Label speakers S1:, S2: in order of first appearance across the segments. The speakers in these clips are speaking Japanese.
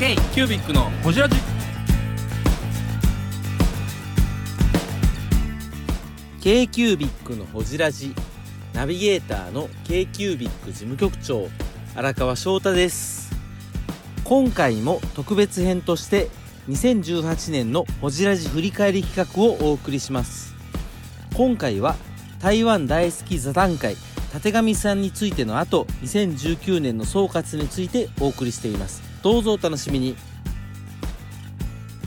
S1: イキュービックのホジラジ
S2: ケ k キュービックのほじラジ。ナビゲーターの k キュービック事務局長荒川翔太です。今回も特別編として2018年のほじラジ振り返り企画をお送りします。今回は台湾大好き座談会立上さんについての後2019年の総括についてお送りしています。どうぞお楽しみに。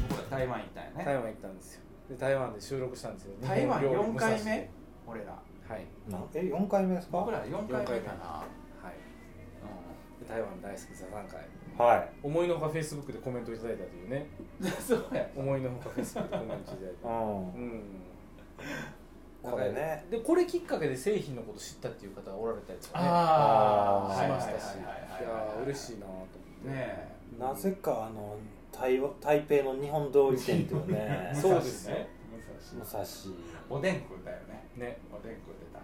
S3: 僕ら台湾行ったんやね
S4: 台湾行ったんですよで台湾で収録したんですよ
S3: 台湾
S4: 日本料理
S3: 4回
S4: 武蔵
S3: 目
S4: で
S3: 俺ら
S4: はい
S5: え四回目ですか
S3: 僕ら4回目かな
S4: はいで台湾大好き座談会
S5: は
S4: 思いのほかフェイスブックでコメントいただいたという ね
S3: うんそうや
S4: 思いのほかフェイスブックでコメントいただい
S5: い、う、
S4: たうんん
S5: これね
S4: でこれきっかけで製品のこと知ったっていう方おられたりとかね
S3: あ
S5: ー
S4: しまし
S3: はい
S4: た
S3: は
S4: しい
S3: いはいはい
S4: やー嬉しいなと思って
S3: ねえ
S5: なぜかあの台湾台北の日本通り店という ね
S4: そうですよ
S5: 武
S3: 武蔵
S5: 蔵
S3: おでん食うたよね
S4: ね
S3: おでん食うてた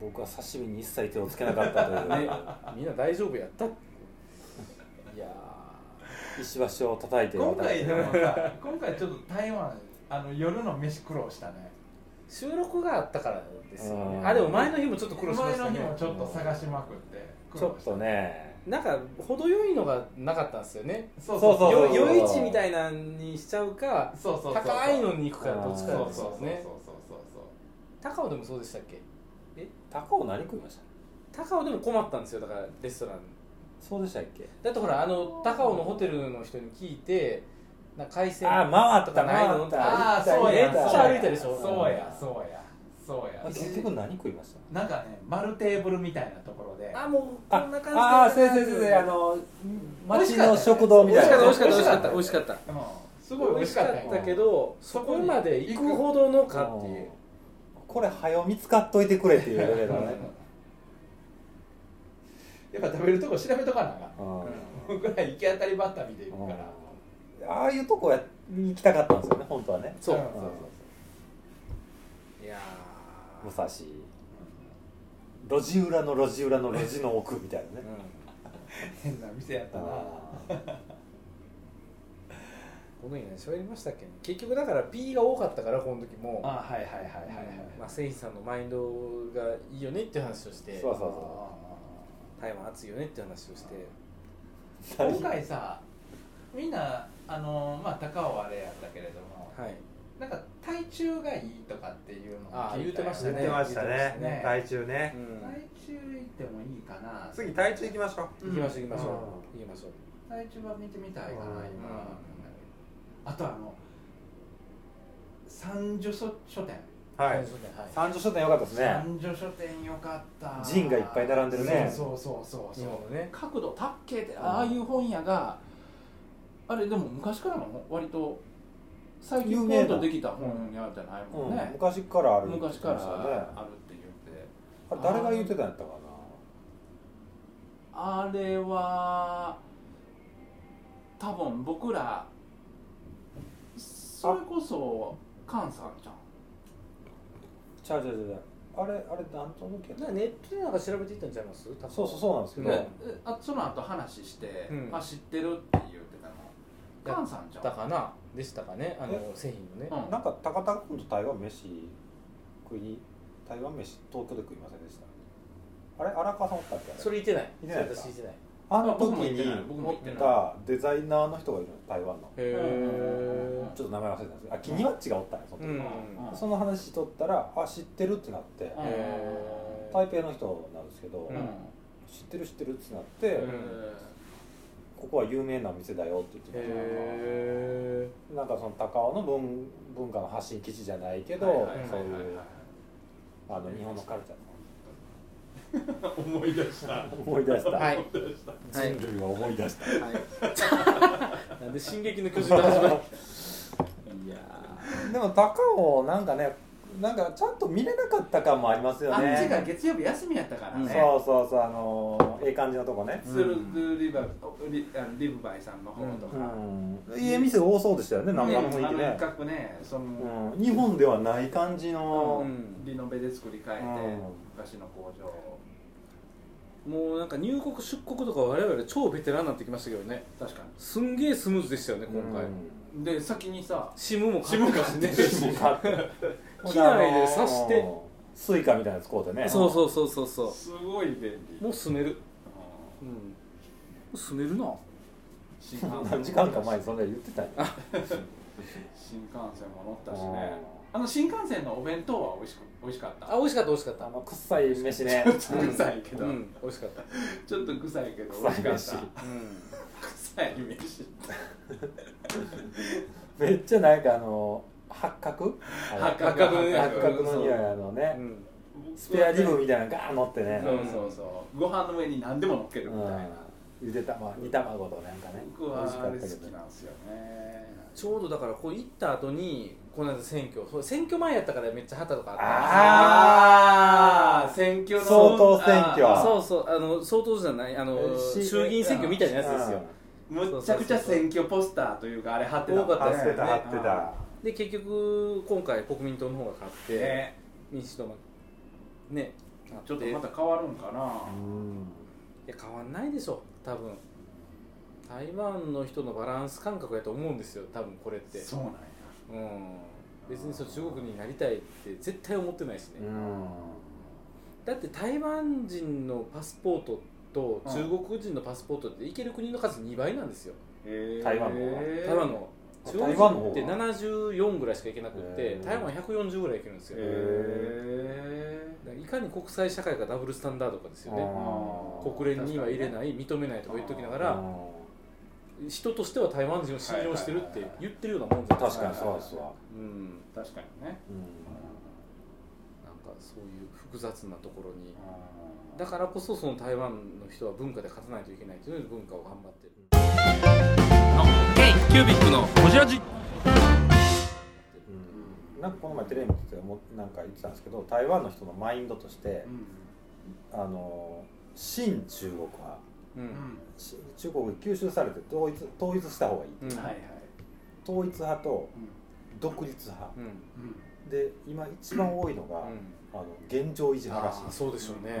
S5: 僕は刺身に一切手をつけなかったという、
S4: ねみんな大丈夫やったっていや
S5: 石橋を叩いて
S3: 今回で
S5: 私
S3: もさ今回ちょっと台湾あの夜の飯苦労したね
S4: ー収録があったからですよね
S5: うん
S4: あでも前の日もちょっと苦労しま
S3: 前
S4: した
S3: の
S4: ね
S3: 日もちょっと探しまくって苦
S5: ちょ
S3: 労
S5: っ
S3: した
S5: とね
S4: なんか程よいのがなかったんですよね
S3: そう
S5: そうそう
S4: よ
S5: そう
S4: 夜市みたいなのにしちゃうか
S3: そうそうそう
S4: 高いのに行くか
S5: あー
S4: どっち
S3: そう
S4: か
S3: そう
S4: です
S3: そうそ
S4: よ
S3: うそう
S4: ね
S3: そうそう
S4: 高尾でもそうでしたっけ
S5: 高尾何食いました
S4: 高尾でも困ったんですよだからレストラン
S5: そうでしたっけ
S4: だってほらあの高尾のホテルの人に聞いてなんか海鮮
S5: あ回った
S4: とかないの
S5: 回っ
S4: と
S5: た
S4: か
S3: ああ
S5: 行った
S3: そうや
S4: めっちゃ歩いたでしょ
S3: そうやそうやそうや
S5: 結局何食いました
S3: なんかね丸テーブルみたいなところで
S4: あもうこんな感じ
S5: ああ先生先生あの町の食堂みたいな
S4: 美味しかった美味しかった美味しかった
S3: うんすごい美味しかったよ
S5: 美味しかった
S4: けどそこまで行くほどのかっていう
S5: これ早う見つかっといてくれっていうレベルだ ね
S3: やっぱ食べるとこ調べとかなあかん
S5: うん
S3: 僕ら行き当たりばったみで行くから
S5: ああいうとこや行きたかったんですよね本当はね
S4: そうん
S3: そう
S4: いや
S5: 武蔵路地裏の路地裏の路地の奥みたいな
S4: ー
S5: ね
S4: うん
S3: 変な店やったな
S4: この日何喋りましたっけね結局だから P が多かったからこの時も
S3: あはいはいはいはいはい
S4: まあ、セイさんのマインドがいいよねっていう話をして
S5: そうそう
S4: 台湾暑いよねっていう話をして
S5: そう
S3: 今回さみんなあのまあ高尾はあれやったけれども
S4: はい
S3: なんか体中がいいとかっていうのを
S4: あ
S3: 聞
S4: あ
S3: いよ
S4: 言うてましたね
S5: 言ってました
S4: 言ってま
S5: ね
S3: したね
S5: 台中ね
S4: うん
S3: 体中行ってもいいかな
S5: 次台中行きましょう
S4: 行きましょう行きましょう
S5: う
S4: 行きましょう
S3: 体中は見てみたいかな今、
S5: うん
S3: あとあの三女書書店
S5: はい
S4: そうですねはい
S5: 三条書店良かったですね
S3: 三女書店よかった
S5: ジンがいっぱい並んでるね
S3: そうそうそうそう
S4: 日
S3: そう
S4: 本のね
S3: 角度タッケーってああいう本屋があれでも昔からの割と最近
S5: 有
S3: ポ
S5: 名
S3: ン
S5: な
S3: とできた本屋じゃないも
S5: うん
S3: んね、
S5: 昔からある
S3: 昔から
S5: 言ってましたね
S3: あるって言って
S5: あれ誰が言ってたんやったかな
S3: あれは多分僕らそれこそ菅さんじゃん
S5: ちゃうちゃうちゃうちゃうあれあれ何とけ
S4: なネットでなんか調べていったんちゃいます多分
S5: そうそうそうなんですけど、
S4: ね
S3: えあその後話して、
S4: うん
S3: あ知ってるって言ってたの
S4: や
S3: カンさんじゃん
S4: だかなでしたかねあの製品のね
S3: うん
S5: なんか高田君と台湾飯食いに台湾飯東京で食いませんでしたあれ荒川さんおったっけあれ
S4: それ行ってない
S5: 行ってない
S4: それ私行ってないへ
S5: あの
S3: あ僕
S5: 時
S3: も行ってない僕
S5: に
S3: も行ってない
S5: 行ったデザイナーの人がいるの台湾の
S4: え
S5: ちょっと名前忘れたんですけどあキニワッチがおったんやその
S4: う
S5: 時、
S4: ん
S3: うん
S5: その話しとったらあ知ってるってなって、
S3: うん
S4: へー
S5: 台北の人なんですけど、
S3: う
S4: う
S3: んん
S5: 知ってる知ってるってなって、
S4: うん
S5: ここは有名な店だよって言って
S4: へ
S5: たなんかその高尾の文文化の発信基地じゃないけど、
S3: はいはいはいはい
S5: そういうあの日本のカルチャー の
S3: 思い出した
S5: 思い出した、
S4: ーはいは
S5: 人類は思い出した、
S4: いなんで「進撃の巨人」が始まる
S5: でも高尾なんかねなんかちゃんと見れなかった感もありますよね
S3: あっちが月曜日休みやったから
S5: そう
S3: ね、
S5: そうそうあのーええ感じのとこね
S3: ツルズリバリあのリブバイさんの方とか、
S5: うんいい店多そうでしたよねなんかあの雰囲気
S3: あの
S5: ね
S3: 一角ねその、
S5: うん、日本ではない感じ
S3: う
S5: の、
S3: んリノベで作り変えて、
S5: うん
S3: 昔の工場を
S4: もうなんか入国出国とか我々超ベテランになってきましたけどね
S3: 確かに
S4: すんげえスムーズでしたよね今回、
S3: で先にさ
S4: シムも買ってたし ね
S5: 機
S3: 機内で刺して
S5: スイカみたいなの使うて ね
S4: そうそうそうそうそ
S3: すごい便
S4: うもう住める
S3: う
S4: もう住めるな
S3: 新
S5: 何時間か前にそれ言ってたよ
S3: 新幹線も乗ったしねあの新幹線のお弁当は美味しく美味しかった
S4: あ美味しかった美味しかっ
S5: あ
S4: た
S5: のくっさい飯 ね
S3: ちょっと臭いけど、
S4: うん美味しかった
S3: ちょっと臭いけど美味しか
S5: 臭
S3: った
S4: う
S5: い飯
S4: ん
S3: 臭い飯
S5: めっちゃなんかあの八角
S3: 八角
S5: 八
S4: ね
S5: 角の匂いあのね
S4: うん
S5: スペアリブみたいなのガーン乗ってね
S3: そうそうそうご飯の上に何でも乗っけるみたいな、
S5: うんゆで卵煮卵となんかね
S3: 僕はあれ好き
S5: ど
S3: なんですよね
S4: ちょうどだからこう行った後にこの間選挙そう選挙前やったからめっちゃ旗とかあった
S5: あ
S3: あ選挙の
S5: 総統選挙
S3: あ
S5: ー
S4: そうそうあの相当じゃないあの
S5: し
S4: 衆議院選挙みたいなやつですよ、
S3: むっちゃくちゃ選挙ポスターというかあれ貼ってたもん
S4: 多かったですね
S5: 貼ってた貼
S4: で結局今回国民党の方が勝って、
S3: ね
S4: 民主党もね
S3: ちょっとまた変わるんかな
S5: ってたうん
S4: いや変わんないでしょ多分台湾の人のバランス感覚やと思うんですよ多分これって
S3: そうなんや
S4: うん別にそう中国になりたいって絶対思ってないしね、
S5: うん
S4: だって台湾人のパスポートと
S3: うん
S4: 中国人のパスポートって行ける国の数2倍なんですよ、
S3: へー
S5: 台湾の
S4: 台湾の
S5: あ
S4: 中国
S5: 台湾の
S4: 人って74ぐらいしか行けなくって
S5: へー
S4: 台湾は140ぐらい行けるんですよ、
S3: へ
S4: だからいかに国際社会がダブルスタンダードかですよね
S3: あー
S4: 国連には入れ
S3: 確
S4: ない、認めないとか言っときなが
S5: う
S4: ら
S5: ん
S4: 人としては台湾人を信用してるって言ってるようなもんじゃないです
S5: 確かにそうですわ
S4: うん、なん
S3: ー確かにね
S4: かそういう複雑なところに
S3: うん
S4: だからこそその台湾の人は文化で勝たないといけないというので文化を頑張ってる
S2: キュービックのホジラジ
S5: うんなんかこの前テレビ見ててもなんか言ってたんですけど台湾の人のマインドとして
S3: うん
S5: あの新中国は
S4: うん
S3: う
S5: し中国に吸収されて統一統一した方がいい
S4: う
S3: ん
S4: ん
S3: はいはい
S5: 統一派と
S3: うん
S5: 独立派
S4: うん
S3: うん
S5: で今一番多いのが、
S4: うん
S5: あの現状維持派らしい
S4: あーそうでしょうね、
S5: うん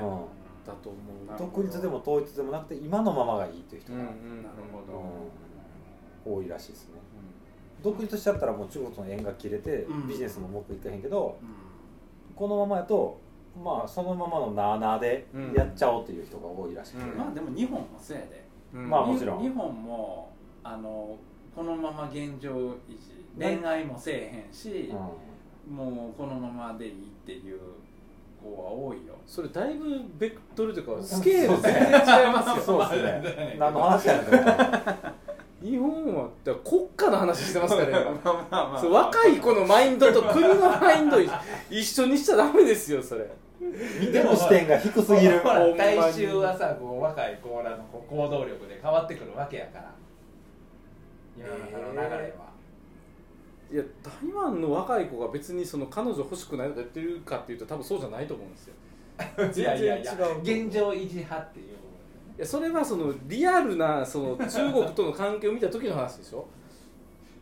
S4: だと思
S3: なるほど
S5: 独立でも統一でもなくて今のままがいいという
S4: う
S5: 人
S4: う
S5: が
S4: んうん
S3: なるほど
S5: 多いらしいですね独立しちゃったらもう中国との縁が切れて
S3: うん
S5: ビジネスもうまくいかへんけど
S3: うん
S5: このままやとまあそのままのなあなあで
S4: うん
S5: やっちゃおうという人が多いらしくて、
S4: うん
S3: まあでも日本もそうやで
S4: うん
S5: まあ
S4: うん
S5: もちろん
S3: 日本もあのこのまま現状維持
S5: ね
S3: 恋愛もせえへんし
S5: う、ん
S3: もうこのままでいいっていう子は多いよ
S4: それだいぶベクトルというかスケール全然違いますよ
S5: そうですね何の話やねんこれ
S4: 日本はだから国家の話してますからね
S3: ま
S4: 今
S3: あまあまあ
S4: そう若い子のマインドと国のマインドい一緒にしちゃダメですよそれ
S5: 見てる視点が低すぎる
S3: ほら
S4: ほんまに
S3: 大衆はさこう若い子らのこう行動力で変わってくるわけやから世の中の流れは、
S4: いや台湾の若い子が別にその彼女欲しくないとか言ってるかっていうと多分そうじゃないと思うんですよ全
S3: いやいや
S4: 然
S3: い
S4: 違う
S3: や現状維持派っていう
S4: いやそれはそのリアルなその中国との関係を見た時の話でしょ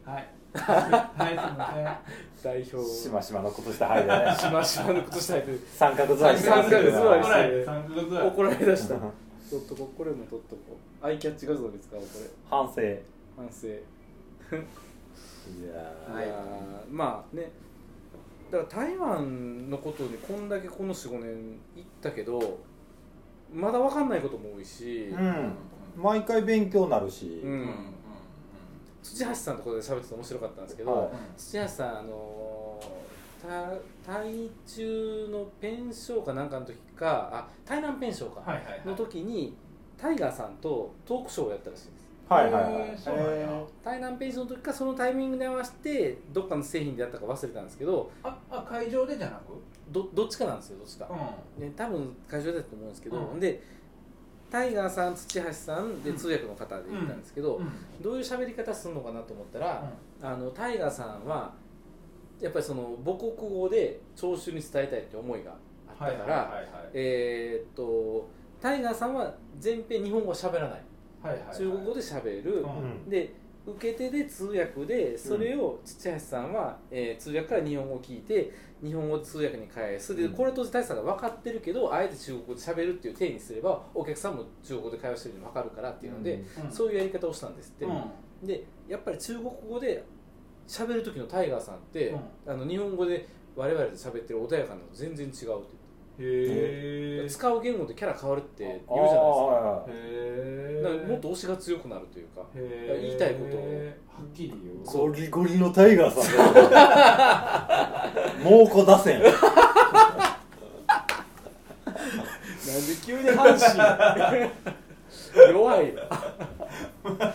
S3: はいはいすいません
S4: 代表
S5: し
S4: し
S5: ましまの靴下履いて ね
S4: ましまのことしたい という
S5: 三角座りしてますけど
S4: 三角座りして
S3: 三角座り
S4: 怒られだした撮っとこうこれも撮っとこうアイキャッチ画像で使おうこれ
S5: 反省いや
S4: 反省い
S5: ー
S3: はい
S4: やーまあねだから台湾のことにこんだけこの45年行ったけどまだ分かんないことも多いし、
S5: うん毎回勉強になるし、
S4: うん
S3: うんうん
S4: 土橋さんとこで喋ってて面白かったんですけど、
S5: はい
S4: 土橋さんあのーた台中のペンショーかなんかの時かあ台南ペンショーか、
S3: はいはいはい
S4: の時にタイガーさんとトークショーをやったらしいです
S5: はいはいはい
S3: へーそうなんや
S4: 台南ペンションの時かそのタイミングに合わせてどっかの製品でやったか忘れたんですけど
S3: ああ会場でじゃなく
S4: どどっちかなんですよどっちか、ね、多分会場だったと思うんですけど、
S3: うん
S4: でタイガーさん土橋さんで
S3: うん
S4: 通訳の方で行ったんですけど、
S3: うん
S4: どういう喋り方するのかなと思ったら、
S3: う
S4: あのタイガーさんはやっぱりその母国語で聴衆に伝えたいって思いがあっ
S3: はい
S4: たから、
S3: はいはい
S4: えーっとタイガーさんは全編日本語喋らない、
S3: はいはいはい
S4: 中国語で喋る、
S3: うん
S5: うん
S4: で受け手で通訳でそれを土橋さんは、えー通訳から日本語を聞いて日本語を通訳に返すで
S5: うん
S4: これは当時大志さんが分かってるけどあえて中国語で喋るっていう体にすればお客さんも中国語で会話してるの分かるからっていうので、
S3: うん
S4: そういうやり方をしたんですって、
S3: うん
S4: でやっぱり中国語で喋る時のタイガーさんって、
S3: う
S4: あの日本語で我々で喋ってる穏やかなのと全然違うって言って
S3: へえ
S4: 使う言語でキャラ変わるって言うじゃない
S5: ああ
S3: へえ
S4: ですかだからもっと推しが強くなるというか
S3: へー
S4: 言いたいことを
S3: はっきり言う
S5: ゴリゴリのタイガーさんだ よ猛虎打 線
S4: なんで急に阪神 弱 いな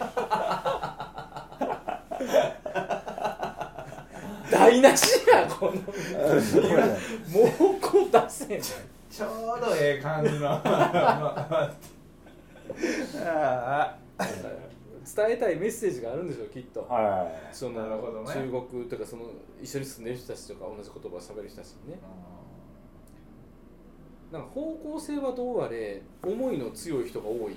S4: 台無しやこの猛攻打線
S3: ちょうどええ感じのああ
S4: 伝えたいメッセージがあるんでしょうきっと
S5: は
S4: その
S3: なるほどね
S4: 中国とかその一緒に住んでる人たちとか同じ言葉を喋る人たちにねなんか方向性はどうあれ思いの強い人が多い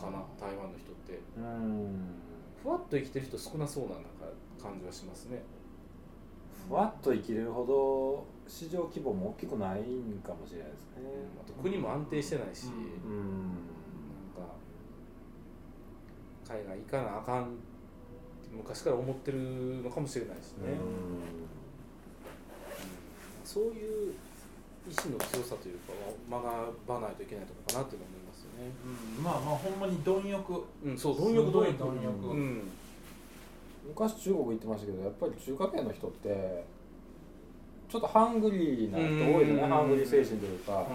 S4: かな台湾の人って
S5: いうん
S4: ふわっと生きてる人少なそうななんか感じはしますね
S5: ふわっと生きれるほど市場規模も大きくないんかもしれないですね
S4: あと国も安定してないし、
S3: うん
S5: うん
S4: なんか海外行かなあかんって昔から思ってるのかもしれないですね、うんそういう意志の強さというかは学ばないといけないとこかなっていうのは思いますよね
S3: うんまあまあほんまに貪欲
S4: うんそう貪欲貪
S3: すごい
S4: 欲
S3: 貪欲
S4: うん
S5: 昔中国行ってましたけどやっぱり中華圏の人ってちょっとハングリーな人多いよね
S4: うん
S5: ハングリー精神というか
S3: うん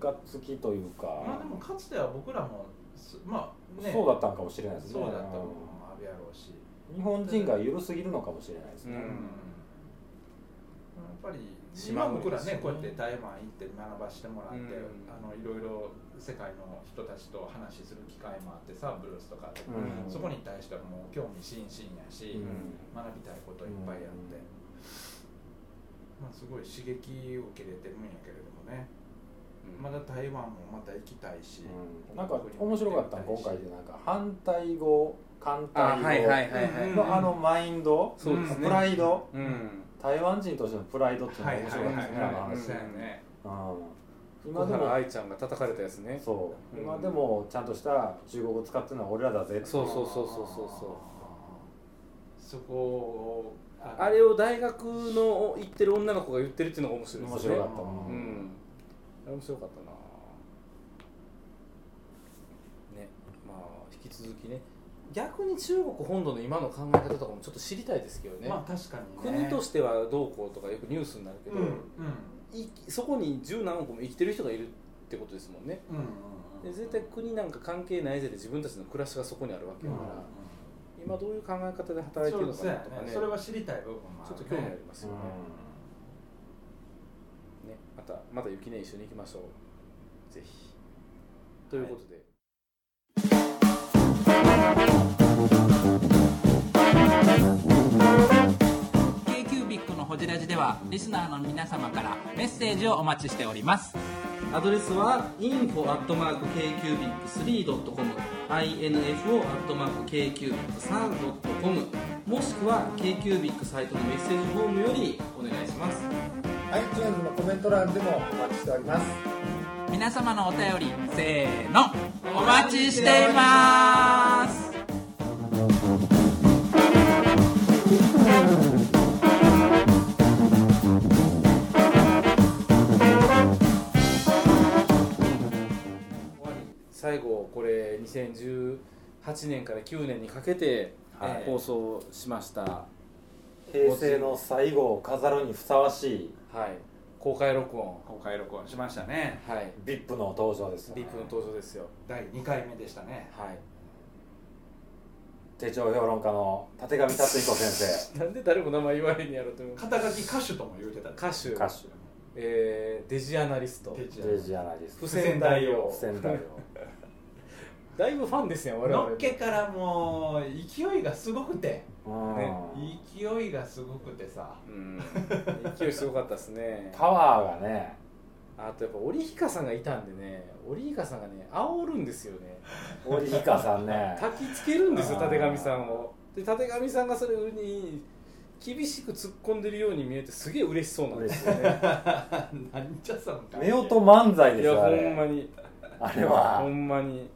S5: がっつきというか、
S3: まあでもかつては僕らもすまあね
S5: そうだったんかもしれないです
S3: そ
S5: ね
S3: うだった部分もあるやろうし
S5: 日本人が緩すぎるのかもしれないです
S4: う
S5: ね
S4: ん、
S3: やっぱり
S4: 島
S3: 今
S4: 国
S3: 僕
S4: で
S3: ら
S4: すね
S3: ねこうやって台湾行って学ばしてもらって、
S4: うん
S3: あのいろいろ世界の人たちと話する機会もあってさブルースとかで、
S5: うん
S3: そこに対してはもう興味津々やし、
S5: うん
S3: 学びたいこといっぱいあって、まあ、すごい刺激を受けれてるんやけれどもねまだ台湾もまた行きたいし、
S5: うんなんか面白かったの今回でなんか反対語反
S4: あ
S5: 対語
S4: はいはいはいはい、
S3: うん
S5: のあのマインド、
S4: そうですね
S5: プライド
S4: うん
S5: 台湾人としてのプライドっていうのが面白かったですね、
S4: はいは
S5: あ
S4: い
S5: の
S4: はい
S5: 話
S3: そうやね、
S5: うん
S4: 今
S5: 今で
S4: 原
S5: も
S4: 愛ちゃんが叩かれたやつね
S5: そう、
S4: うん
S5: 今でもちゃんとした中国語使ってるのは俺らだぜって
S4: そうそうそうそうそうそ
S3: そ
S4: う
S3: こを
S4: あれを大学の行ってる女の子が言ってるっていうのが面白い
S5: 面
S4: ですね
S5: 白かったも、
S4: うんんあれ面白かったなねまあ引き続きね逆に中国本土の今の考え方とかもちょっと知りたいですけどね、
S3: まあ確かにね
S4: 国と
S3: して
S4: してはどうこうとかよくニュースになるけど、
S3: うんうん
S4: いそこに十何億も生きてる人がいるってことですもんね
S3: うんうんう
S4: で
S3: ん
S4: 絶対国なんか関係ないぜで自分たちの暮らしがそこにあるわけ
S3: う
S4: だ
S3: ん
S4: から、
S3: う
S4: 今どういう考え方で
S3: ん
S4: 働いて
S3: そう
S4: る
S3: で
S4: のか
S3: す
S4: な
S3: ね
S4: とかね
S3: それは知りたい部分もあ
S4: ちょっ
S3: る
S4: と
S3: ね
S4: 興味あります
S5: う
S4: よ
S5: ん
S4: ね,、ねまたまた雪ね一緒に行きましょうぜひということで、
S1: k q b i c のホジラジではリスナーの皆様からメッセージをお待ちしております
S2: アドレスは info.kcubic3.com info.kcubic3.com もしくは KQBIC サイトのメッセージフォームよりお願いします
S6: iTunes のコメント欄でもお待ちしております
S1: 皆様のお便りせーのお待ちしています
S4: 最後これ2018年から9年にかけて、
S5: はい
S4: えー放送しました、は
S5: 平成の最後を飾るにふさわしい
S4: い、公開録音
S3: 公開録音しましたね
S4: はい
S5: VIP の登場ですよね、
S4: リップの登場ですよ
S3: 第2回目でしたね
S4: はい
S5: 手帳評論家の立上達彦先生
S4: なんで誰も名前言われんやろと思う
S3: 肩書き歌手とも言うてた
S4: 歌手
S5: 歌手
S4: えーデジアナリスト
S3: 手
S5: レジアナリス
S4: 付
S5: ト
S4: 箋代用
S5: 仙台を
S4: だいぶファンですよ我々
S3: のっけからもう勢いがすごくて
S5: うん
S3: 勢いがすごくてさ
S4: うん勢いすごかったですね
S5: パワーがね
S4: あとやっぱ織彦さんがいたんでね織彦さんがね煽るんですよね
S5: オリヒカさ んね
S4: 焚きつけるんですよ
S5: あー
S4: たてがみさんをでたてがみさんがそれに厳しく突っ込んでるように見えてすげえ嬉しそうなんですよね
S3: 何じゃその感じ
S5: 夫婦漫才
S4: い
S5: です
S4: や
S5: よあ
S4: ほんま
S5: れ
S4: に
S5: あれ
S4: ほ
S5: は
S4: んまに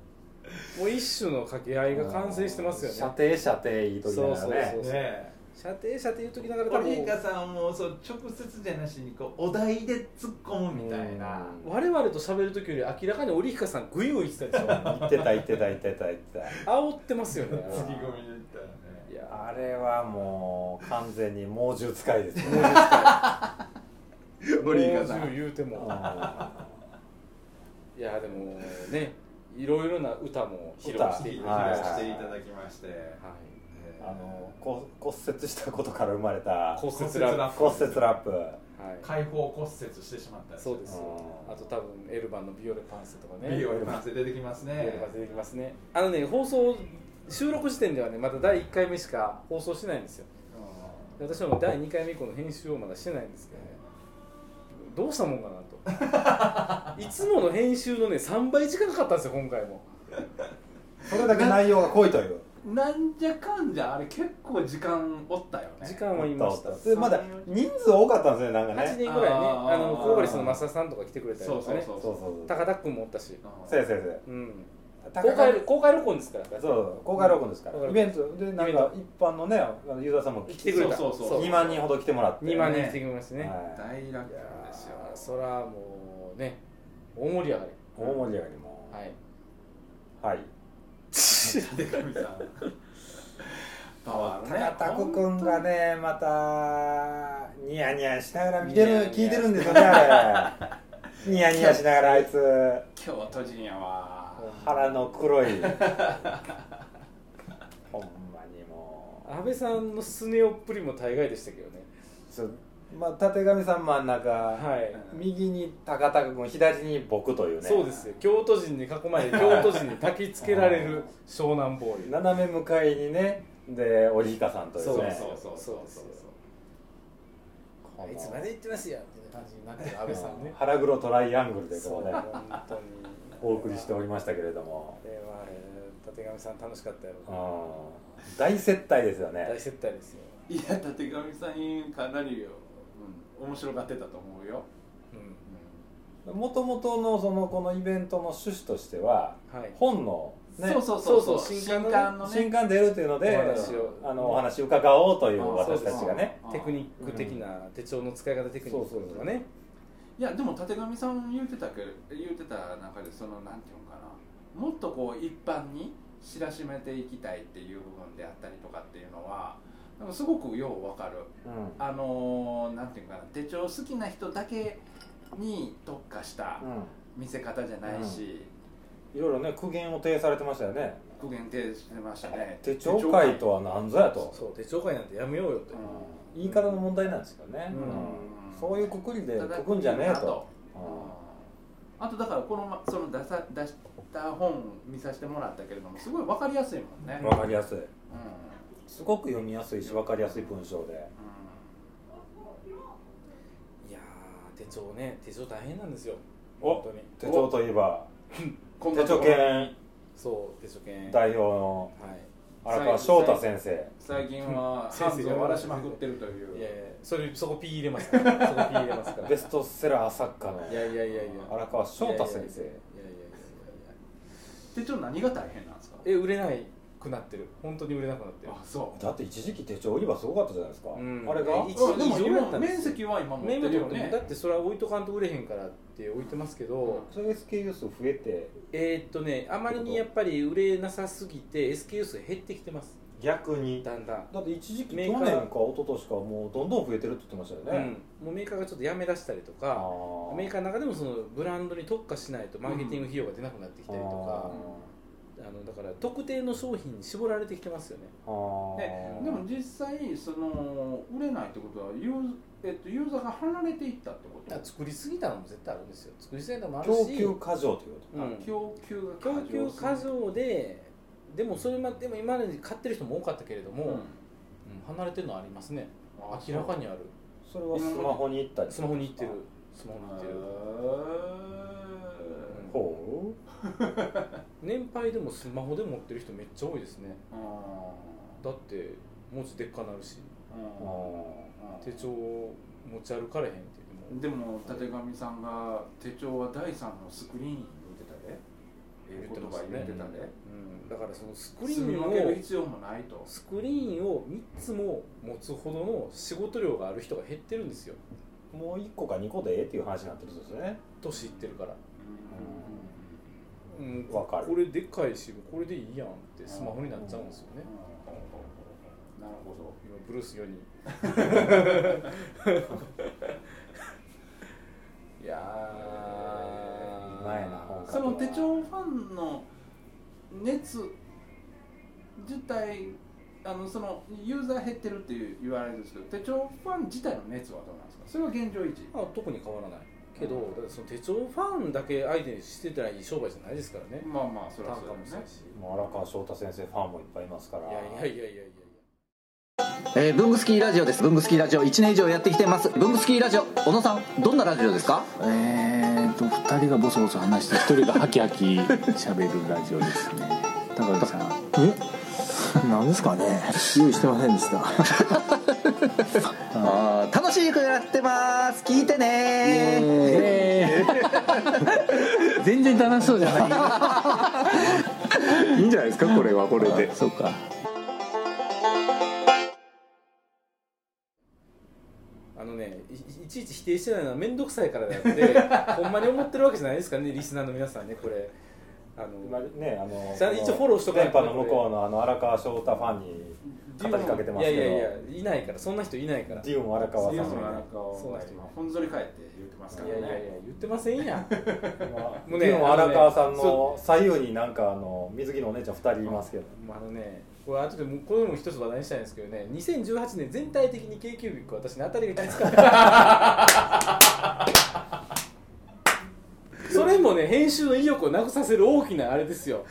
S4: もう一種の掛け合いが完成してますよ
S5: 射
S4: ね
S5: 程射程言いときながら
S4: そうそうそ
S5: ね
S4: う
S3: ね
S4: 射程射程言うときながら多
S3: オリヒ
S4: 分
S3: カさんもそう直接じゃなしにこうお題で突っ込むみたいな
S5: うん
S4: 我々と喋る時より明らかに織彦さんグイグイ言ってたんですよ
S5: 言ってた言ってた言ってた言って
S4: 煽ってますよね
S3: 突 き込みでいったらね
S4: い
S5: た
S4: や
S5: あれはもう完全に猛獣使いですね
S4: ー
S3: 森井がさ
S4: もう言うてもいやでもねいろいろな歌も披露
S5: 歌
S4: していただ
S5: は
S4: きま
S5: い
S4: した
S3: していただきまして、
S4: はい
S3: えー
S5: あのこ骨折したことから生まれた
S4: 骨
S3: 骨
S4: 折
S3: 折
S4: ラ
S3: ラ
S4: ブは
S3: ップ
S5: 骨折ラップ
S4: い
S3: 開放骨折してしまった
S4: そうですすよあと多分エルバンのビオレパンセとかね
S3: ビオレパンセ出てきます
S4: ビオレ
S3: ね
S4: パンセ出てきますねあのね放送収録時点ではねまだ第1回目しか放送してないんですよで私はもう第2回目以降の編集をまだしてないんですけどねどうしたもんかなといつもの編集のね3倍時間かかったんですよ今回も
S5: それだけ内容が濃いという
S3: うんなんじゃかんじゃあれ結構時間おったよね
S4: 時間は言いました
S5: おっおっでまだ人数多かったんですねなんか
S4: 8人
S5: ね
S4: ぐらいね
S3: あー
S4: あのコーバリスの増田さんとか来てくれたり
S3: そ
S4: と
S3: う
S4: か
S3: そう
S4: ね
S3: そ
S5: そううそうそう
S4: 高田君もおったし、
S5: せやせやせや
S4: うん、
S5: 高
S4: 公開
S5: 田
S4: 公開録音ですから
S5: そう公開録音ですか
S4: 公開
S5: らイ
S4: 録音
S5: ベントでなんか一般のねあのユーザーさんも
S4: 来てくれた
S3: そうそうそう
S5: 2万人ほど来てもらって
S4: 2万人来てきましたね、
S5: はい
S3: 大楽
S4: いやー
S3: ですよ
S4: そらもうね大盛り上がり
S5: 大盛り上がりも
S4: はい
S5: はい
S3: でかみさんパワーね
S5: 高田くんがねまたニヤニヤしながら見て
S4: ニヤニ
S5: る
S4: ヤ
S5: 聞いてるんですよねあれニヤニヤしながらあいつ
S3: 京都人やわ
S5: 腹の黒い ほんまにもう
S4: 安倍さんのスネ夫っぷりも大概でしたけどね
S5: そうまあたてがみさん真ん中、
S4: はい、
S5: 右に高田君左に僕というね
S4: そうですよ京都人に囲ま れて京都人に焚きつけられる湘南ボーイ
S5: 斜め向かいにねで織彦さんというね
S4: そう
S3: そうそうそうそう
S5: この
S4: いつまで言ってますよみたいな感じになってる安倍さんね
S5: 腹黒トライアングルで
S4: そ
S5: こ
S4: う
S5: うね
S4: 本当に
S5: お送りしておりましたたけれども、
S4: ではたてがみさん楽しかったやろう
S5: う
S4: な、
S5: ん、大接待ですよね
S4: 大接待ですよ、
S3: いやたてがみさんかなりよ、うん、面白がってたと思うよ、
S4: うん
S5: もともとのそのこのイベントの趣旨としては
S4: はい
S5: 本の、ね、
S3: そうそうそう
S4: そ
S3: そうう
S4: そう
S3: 新刊のね
S5: 新刊出るというので
S4: お話を
S5: あのお話伺おうという
S4: あそう
S5: 私
S4: で
S5: た
S4: す
S5: ちがね
S3: あー
S4: テクニック的な手帳の使い方テクニックとかね
S3: いやでもたてがみさん言うてたけど言うてた中でそのなんていうのかなもっとこう一般に知らしめていきたいっていう部分であったりとかっていうのはなんかすごくようわかる
S5: うん
S3: あのー、なんていうかな手帳好きな人だけに特化した
S5: うん
S3: 見せ方じゃないし、
S5: いろいろね苦言を呈されてましたよね
S3: 苦言呈してましたね
S5: 手帳会とは何ぞやと
S4: そう手帳会なんてやめようよと、
S3: う
S5: 言い方の問題なんですけどね、
S4: うん
S5: うんそういうくくりで
S3: ただ
S5: くくんじゃねえ
S3: あ
S5: と、
S3: あとだからこのまその出さ出した本見させてもらったけれどもすごいわかりやすいもんね、
S5: わかりやすい
S3: うん
S5: すごく読みやすいしわかりやすい文章で
S4: いやー手帳ね手帳大変なんですよ
S5: お
S4: 本当に
S5: 手帳といえば
S3: こんな
S5: 手
S3: と
S5: 帳
S3: こ
S5: 研
S4: そう手帳犬はい
S5: 代表の荒川翔太先生
S3: 最近は
S4: 先
S3: ハ
S4: 生
S3: ンズを割らしまくってるとい
S4: いやいうやそれそこピー入れますからそこピー入れ ますから
S5: ベストセラー作家の
S4: いやいやいやいや
S5: 荒川翔太先生
S4: いやいやいやいやいや
S3: 手帳何が大変なんですか
S4: え売れないくなってる本当に売れなくなってる
S3: あそ
S5: だって一時期手帳売り場すごかったじゃないですか、
S4: うん
S5: あれが
S4: 一
S3: う、うん、でも
S4: 異常やっ
S3: 今
S4: たんですよ
S3: 面積は今持
S4: メ
S3: っ
S4: モ
S3: て
S4: と
S3: るよ
S4: かもね
S3: ね
S4: だってそれは置いとかんと売れへんからって置いてますけど、
S5: それ SKU 数増えて
S4: えー、っとねあまりにやっぱり売れなさすぎて SKU 数減ってきてます
S5: 逆に
S4: だんだん
S5: だって一時期去
S4: メ
S5: 年
S4: ーカー
S5: か一昨年かもうどんどん増えてるって言ってましたよね、
S4: うん、もうメーカーがちょっとやめだしたりと
S5: あ
S4: か
S5: ー
S4: メーカーの中でもそのブランドに特化しないとマーケティング費用が出なくなってきたりとか、あのだから特定の商品に絞られてきてますよね
S5: あー
S3: ででも実際その売れないってことはユー,、えっと、ユーザーが離れていったってこと
S4: だから作りすぎたのも絶対あるんですよ作りすぎたのもあるし
S5: 供給過剰というこ
S4: うん
S3: 供給が
S4: 供給過
S3: する
S4: 剰ででもそれまでも今までに買ってる人も多かったけれども、
S3: うん
S4: うん離れてるのはありますね
S3: あ
S4: 明らかにある
S5: とそれはスマホに行ったり
S4: スマホに行ってる質問っていう
S5: ほ
S4: 年配でもスマホで持ってる人めっちゃ多いですね
S3: う
S4: だって文字でっかなるし
S5: うあ
S4: 手帳持ち歩かれへんって言って
S3: で
S4: も
S3: もたてがみさんが手帳は第三のスクリーンに言ってたでええ言葉言ってたで
S4: うんだからそのスクリ
S3: 住み
S4: ーン
S3: 分ける
S4: を
S3: 必要もないと
S4: スクリーンを3つも持つほどの仕事量がある人が減ってるんですよ
S5: うもう1個か2個でええっていう話になってるんですよね
S4: 年いってるからうん
S5: わかる
S4: これでかいしこれでいいやんってスマホになっちゃうんですよね
S3: なるほど
S4: 今ブルース4人 いやー
S5: 前な本
S3: その手帳ファンの熱自体あのそのユーザー減ってるっていう言われるんですけど手帳ファン自体の熱はどうなんですかそれは現状維持
S4: まあ、特に変わらないけど、だってその手帳ファンだけ相手にしてたらいい商売じゃないですからね
S3: まあまあそれ
S4: 単
S3: はそ
S4: 価
S3: う
S4: も
S3: です
S4: そう
S3: ね
S4: やし
S5: もう荒川翔太先生ファンもいっぱいいますから
S4: いやいやいやいやいやいや
S7: えー、ブングスキーラジオですブングスキーラジオ1年以上やってきてますブングスキーラジオ小野さんどんなラジオですか
S8: えーと2人がボソボソ話して1人がハキハキ喋るラジオですね高木さん
S9: えなんですかね用意してませんでした
S7: あー楽しい曲やってます聞いてね
S8: えー全然楽しそうじゃない
S9: いいんじゃないですかこれはこれで
S8: そうか
S4: あのねいいいちいち否定してないのは面倒くさいからだ ってほんまに思ってるわけじゃないですからねリスナーの皆さんねこれあ
S5: 今
S4: の
S5: ねあの
S4: じゃあ一応フォローしとかない
S5: 電
S4: と
S5: 波の向こうのあの荒川翔太ファンに語りかけてますけ
S4: いやい
S5: ど
S4: やいやいないからそんな人いないから
S5: ディオン荒川さん
S3: ユー
S5: も
S3: ザー
S5: ね
S3: の中を今ほんぞり返って言ってますか
S4: い
S3: ら
S4: や
S3: ね
S4: いやいや言ってませんやん
S5: もうね、荒川さんの左右になんかあの水着のお姉ちゃん2人いますけど、
S4: まああのねこれ後でもこれも一つ話題にしたいんですけどね2018年全体的に k q b i c 私に当たりがきつかった それもね編集の意欲をなくさせる大きなあれですよ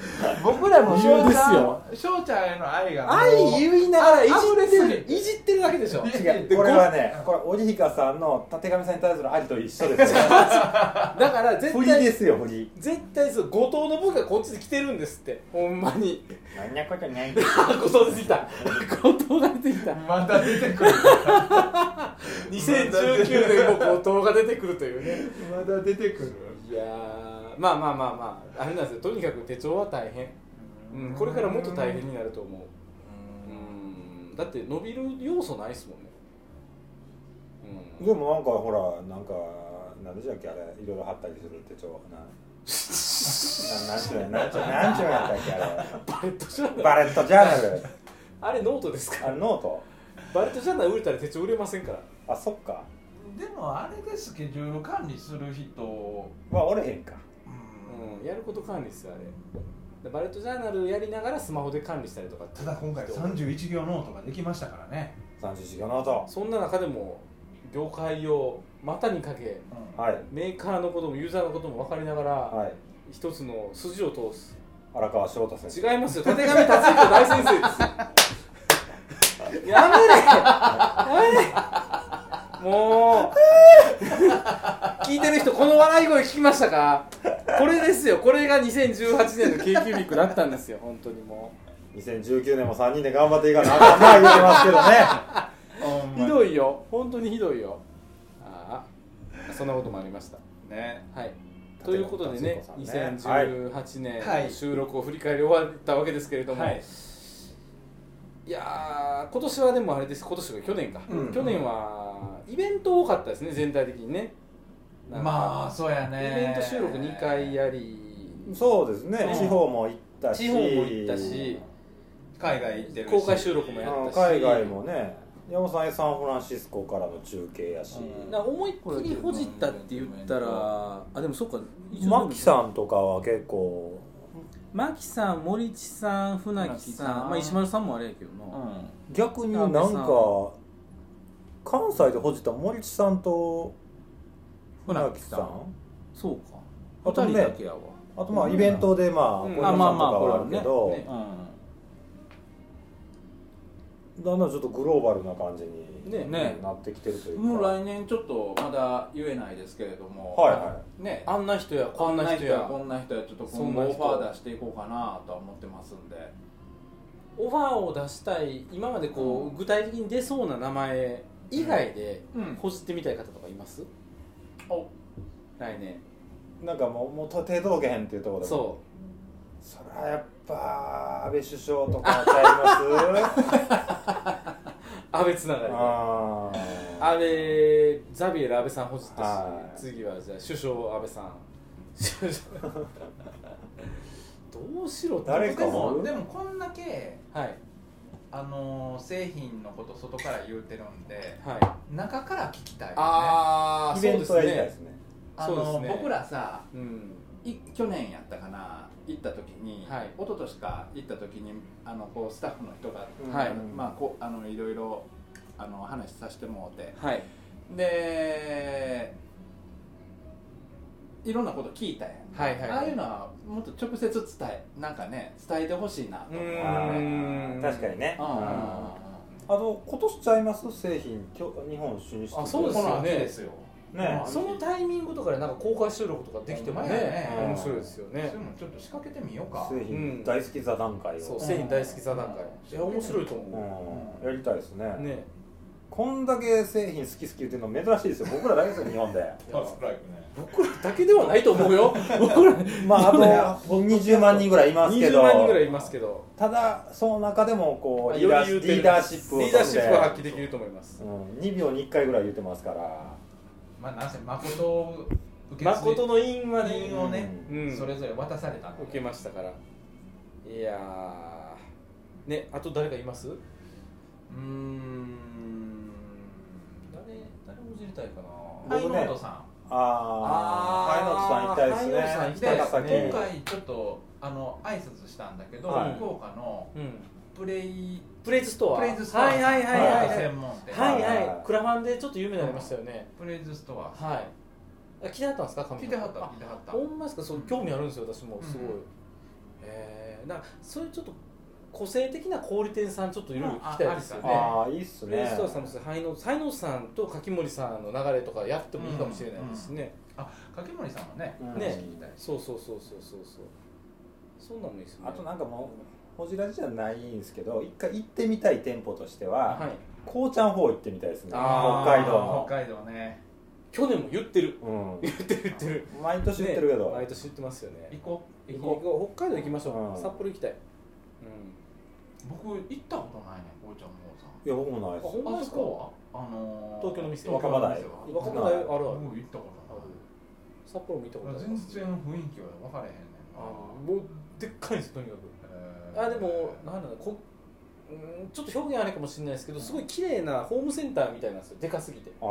S3: 僕らも
S4: 理由ですよ
S3: 翔ちゃんへの愛が
S4: 愛言いながらいじ
S3: 溢れ
S4: って
S3: すぎ
S4: るいじってるだけでしょ
S5: 違うこれはねこれ織彦さんのたてがみさんに対するありと一緒ですよ
S4: だか ら絶
S5: 振り
S4: 対
S5: ですよ振り
S4: 絶対そう後藤の僕がこっちで来てるんですってほんまに
S5: なんなことない
S4: あ後藤出てきた後藤が出てきた
S3: また出てくる
S4: 2019年も後藤が出てくるというね
S3: また出てくる
S4: いやーまあまあまあまああれなんですよとにかく手帳は大変、うん、これからもっと大変になると思ううんだって伸びる要素ないっすもんねうん
S5: でもなんかほらなんか何でしたっけあれいろいろ貼ったりする手帳はなななんちゅうのなんちゅうなんちゅうのやったっけあ
S4: バレットジャー
S5: れ
S4: ナル
S5: バレットジャーナル
S4: あれノートですか
S5: あれノート
S4: バレットジャーナル売れたら手帳売れませんから
S5: あそっか
S3: でもあれでスケジュール管理する人
S5: はおれへんか
S4: うんやること管理っすよあれでバレットジャーナルやりながらスマホで管理したりとか
S10: ただ今回31行ノートができましたからね、
S5: 31がノート
S4: そんな中でも業界を股にかけ
S10: うん
S5: はい
S4: メーカーのこともユーザーのことも分かりながら、
S5: はい
S4: 一つの筋を通す
S5: 荒川翔太先生
S4: 違いますよ、たてがみ達彦大先 生です。やめれやめれもう、聞いてる人、この笑い声聞きましたかこれですよ、これが2018年の k q ビックだったんですよ、本当にも
S5: 2019年も3人で頑張っていかなあかんなあ言うてますけ
S4: う。ひ
S5: どね
S4: どいよ、本当にひどいよ。ああ、そんなこともありました。
S3: ね
S4: はいということでね、
S5: 立岡達彦さんね
S4: 2018年
S3: はい
S4: の収録を振り返り終わったわけですけれども、い、やー、今年はでもあれです、今年が去年か、
S3: うん
S4: 去年はイベント多かったですね、全体的にね。なんか
S3: まあそうやね
S4: イベント収録2回やり、
S5: そうですね
S4: そう
S5: 地方も行ったし
S4: 地方も行ったし、
S3: 海外行ってるし
S4: 公開収録も
S5: あ
S4: やった
S5: の
S4: し、
S5: 海外もね山本さんへサンフランシスコからの中継やし、
S3: うん
S4: なんか思いっきりほじったって言ったら、あ、でもそっか、
S5: マキさんとかは結構
S4: マキさん、森地さん、船木
S3: 木
S4: さ
S3: さ
S4: ん、
S3: ん
S4: まあ、石丸さんもあれやけどな。
S3: うん
S5: 逆になん
S4: 安倍さん
S5: か関西でほじった森地さんと船木さん
S4: そうか
S5: あと
S4: 二人
S5: ね
S4: だけやわ
S5: あとまあイベントでまあ
S4: うん
S5: 小島さんとかはあるけ
S4: あま
S5: ど、
S4: あまあこれはねね
S3: う
S5: だんだんちょっとグローバルな感じに、
S3: ねね
S5: なってきてるというか
S3: もう来年ちょっとまだ言えないですけれども、
S5: はいは
S3: ね、
S4: あんな人やこんな人や
S3: こんな人やちょっと
S4: そ
S3: 今
S4: ん
S3: 後
S4: な
S3: オ
S4: 人
S3: ファー出していこうかなとは思ってますんで
S4: オファーを出したい今までこう具体的に出そうな名前以外で
S3: うん
S4: こじってみたい方とかいます、
S3: お
S4: 来年
S5: なんかもうもうと手届けへんっていうところでも
S4: そ
S5: それはやっぱ安倍首相とかちゃい ます
S4: う安倍つながりで
S5: ああ
S4: 安倍ザビエル安倍さんほじったし
S5: はい
S4: 次はじゃあ首相安倍さ ん首相どうしろって
S5: 誰
S3: で
S5: か
S3: も
S5: も
S3: でもこんだけ、
S4: はい
S3: あのー製品のこと外から言うてるんで
S4: はい
S3: 中から聞きたいよね
S4: ああ
S5: イ
S4: そう
S5: ベン
S4: で
S5: ト
S4: す
S5: やりたいで
S4: ね
S5: すね
S3: あ
S4: そうです
S3: のー
S4: ね
S3: 僕らさ
S4: うん
S3: い去年やったかな行った時に、
S4: はい
S3: 一昨年か行った時にあのこうスタッフの人が、
S4: はい
S3: まあ、こうあのいろいろあの話させてもらって
S4: はい
S3: でいろんなこと聞いたやん、
S4: はいはい
S3: ああいうのはもっと直接伝えなんかね伝えてほしいなと思う
S4: う
S5: あ
S4: ーん
S5: ー確かにね
S3: うんうんうんうん
S5: あと今年ちゃいます製品きょ日本進出
S4: あそうですよね
S3: よ
S5: ね
S4: そのタイミングとかでなんか公開収録とかできてもね
S3: ほんまやね
S4: 面白いですよ
S3: そ
S4: ね
S3: ういうのちょっと仕掛けてみようか
S5: 製品大好き座談会
S4: そ
S5: を
S4: う、製品大好き座談
S3: うん
S4: 会いや面白いと思
S5: うんやりたいですね
S4: うね
S5: こんだけ製品好き好き言ってるの珍しいですよ僕らだけですよ日 本で
S10: ストライクね
S4: 僕らだけではないと思う よ僕ら
S5: まああと20万人ぐらいいますけ
S4: 20
S5: ど
S4: 万人ぐらいいますけど
S5: ただその中でもこ
S4: まあ
S5: うリーダー
S4: より言うてる
S5: リーダーシップを
S4: リーダーシップは発揮できると思います
S5: うん、2秒に1回ぐらい言ってますから
S10: まあなんせ誠を受け継い
S4: 誠の因はね
S10: 因をね、
S4: うん
S10: それぞれ渡されたんで
S4: 受けましたからいやーねあと誰かいます
S3: うーん
S10: 誰誰もじりたいかな
S5: 僕ね
S10: ハイノートさ
S5: ああハイノートさん行きたい
S4: ハイ
S5: ですね
S4: ノートさん
S10: んで
S4: 行きたいです
S5: 高崎
S4: ね
S10: 今回ちょっとあの挨拶したんだけど、
S5: はい
S10: 福岡の
S4: うん
S10: プレイ
S4: プレイズストア
S10: プレイズストア
S4: はいはいはいはいはい
S10: 専門店、
S4: はいはい、
S5: はい
S4: クラファンでちょっと有名になりましたよね、
S10: プレイズストア
S4: はいあ来てはったんですか神
S10: 聞
S4: 田
S10: いてはった
S4: あ
S10: 聞いてはった
S4: ほんまですかそう興味あるんですよ私もすごい、
S10: うん
S4: えー、なんかそういうちょっと個性的な小売店さんちょっといろいろ聞きたいですよ
S10: うん
S4: ね
S5: ああいいっす
S4: プ
S5: ね
S4: レイストアさんもそうハイノーハイノーさんと柿森さんの流れとかやってもいいかもしれないですね、
S10: あ掛森さんもね
S5: うん
S4: ね
S10: 聞きたいし
S4: そうそうそうそうそうそうそんなんもいいですよね
S5: あとなんかもうほじらじじゃないんですけど一回行ってみたい店舗としては、
S4: はい
S5: こうちゃん方行ってみたいですね北
S4: あー
S5: 海道の、
S10: 北海道ね
S4: 去年も言ってる
S5: うん
S4: 言ってる言ってる、
S5: 毎年行ってるけど、
S4: ね毎年言ってますよね
S10: 行こう
S4: 行
S10: 行
S4: こう
S10: こ
S4: 行こう北海道行きましょう、
S5: うん
S4: 札幌行きたい、
S10: う僕行ったことないねこうちゃんもさん
S5: いや僕もないです
S4: ほんま
S10: あ
S4: です
S10: そ
S4: か
S10: こはあのー
S4: 東京の店
S10: 東京の店は
S4: うん、
S5: 行って
S4: 若
S5: ない
S4: 者あるある
S10: 僕行ったことない
S4: 札幌も行ったことあり
S10: 全
S4: ます
S10: 然雰囲気は分かれへんねんな
S4: あもうでっかいんですとにかく
S10: えー
S4: あでもなんだろうこうんちょっと表現あれかもしれないですけどすごい綺麗なホームセンターみたいなんですよでかすぎて
S5: あ
S10: あ